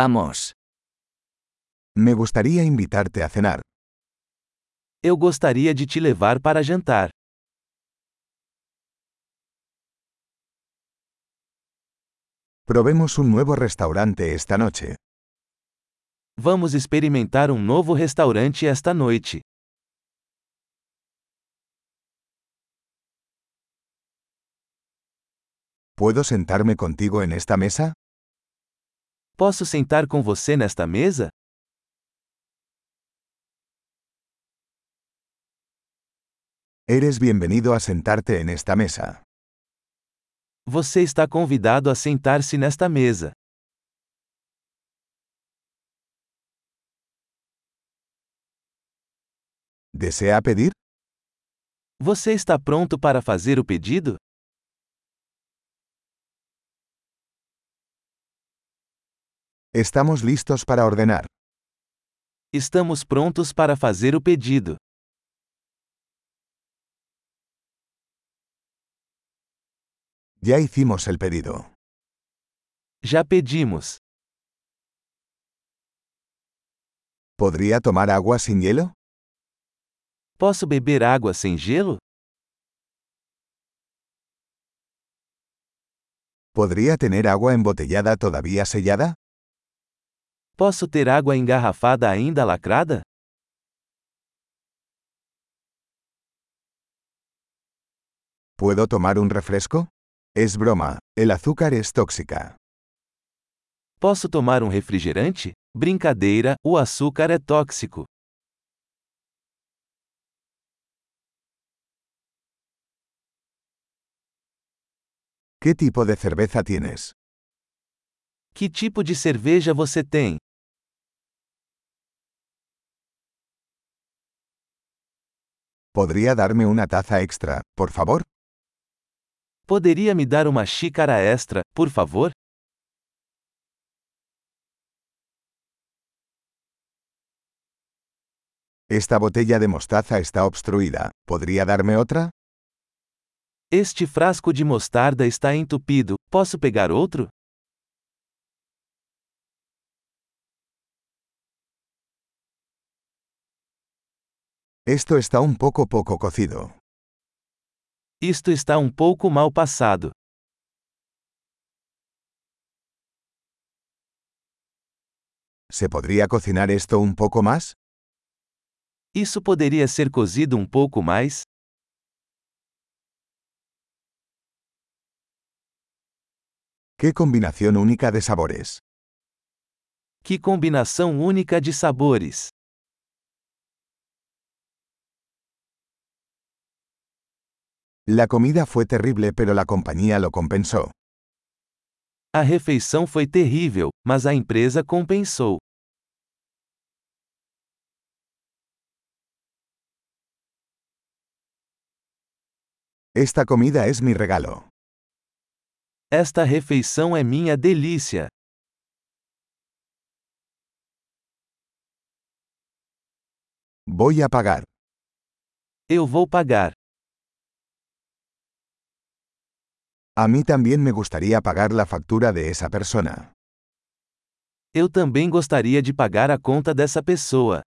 Vamos. Me gustaría invitarte a cenar. Eu gostaria de te levar para jantar. Probemos un nuevo restaurante esta noche. Vamos experimentar um novo restaurante esta noite. ¿Puedo sentarme contigo en esta mesa? Posso sentar com você nesta mesa? Eres bienvenido a sentarte en esta mesa. Você está convidado a sentar-se nesta mesa. ¿Desea pedir? Você está pronto para fazer o pedido? Estamos listos para ordenar. Estamos prontos para fazer o pedido. Ya hicimos el pedido. Já pedimos. ¿Podría tomar agua sin hielo? Posso beber água sem gelo? ¿Podría tener agua embotellada todavía sellada? Posso ter água engarrafada ainda lacrada? ¿Puedo tomar un refresco? Es broma, el azúcar es tóxica. Posso tomar um refrigerante? Brincadeira, o açúcar é tóxico. ¿Qué tipo de cerveza tienes? Que tipo de cerveja você tem? ¿Podría darme una taza extra, por favor? Poderia me dar uma xícara extra, por favor? Esta botella de mostaza está obstruida. ¿Podría darme otra? Este frasco de mostarda está entupido. Posso pegar outro? Esto está un poco poco cocido. Isto está um pouco mal passado. ¿Se podría cocinar esto un poco más? Isso poderia ser cozido um pouco mais? ¡Qué combinación única de sabores! Que combinação única de sabores! La comida fue terrible pero la compañía lo compensó. A refeição foi terrível, mas a empresa compensou. Esta comida es mi regalo. Esta refeição é minha delícia. Voy a pagar. Eu vou pagar. A mí también me gustaría pagar la factura de esa persona. Eu também gostaria de pagar a conta dessa pessoa.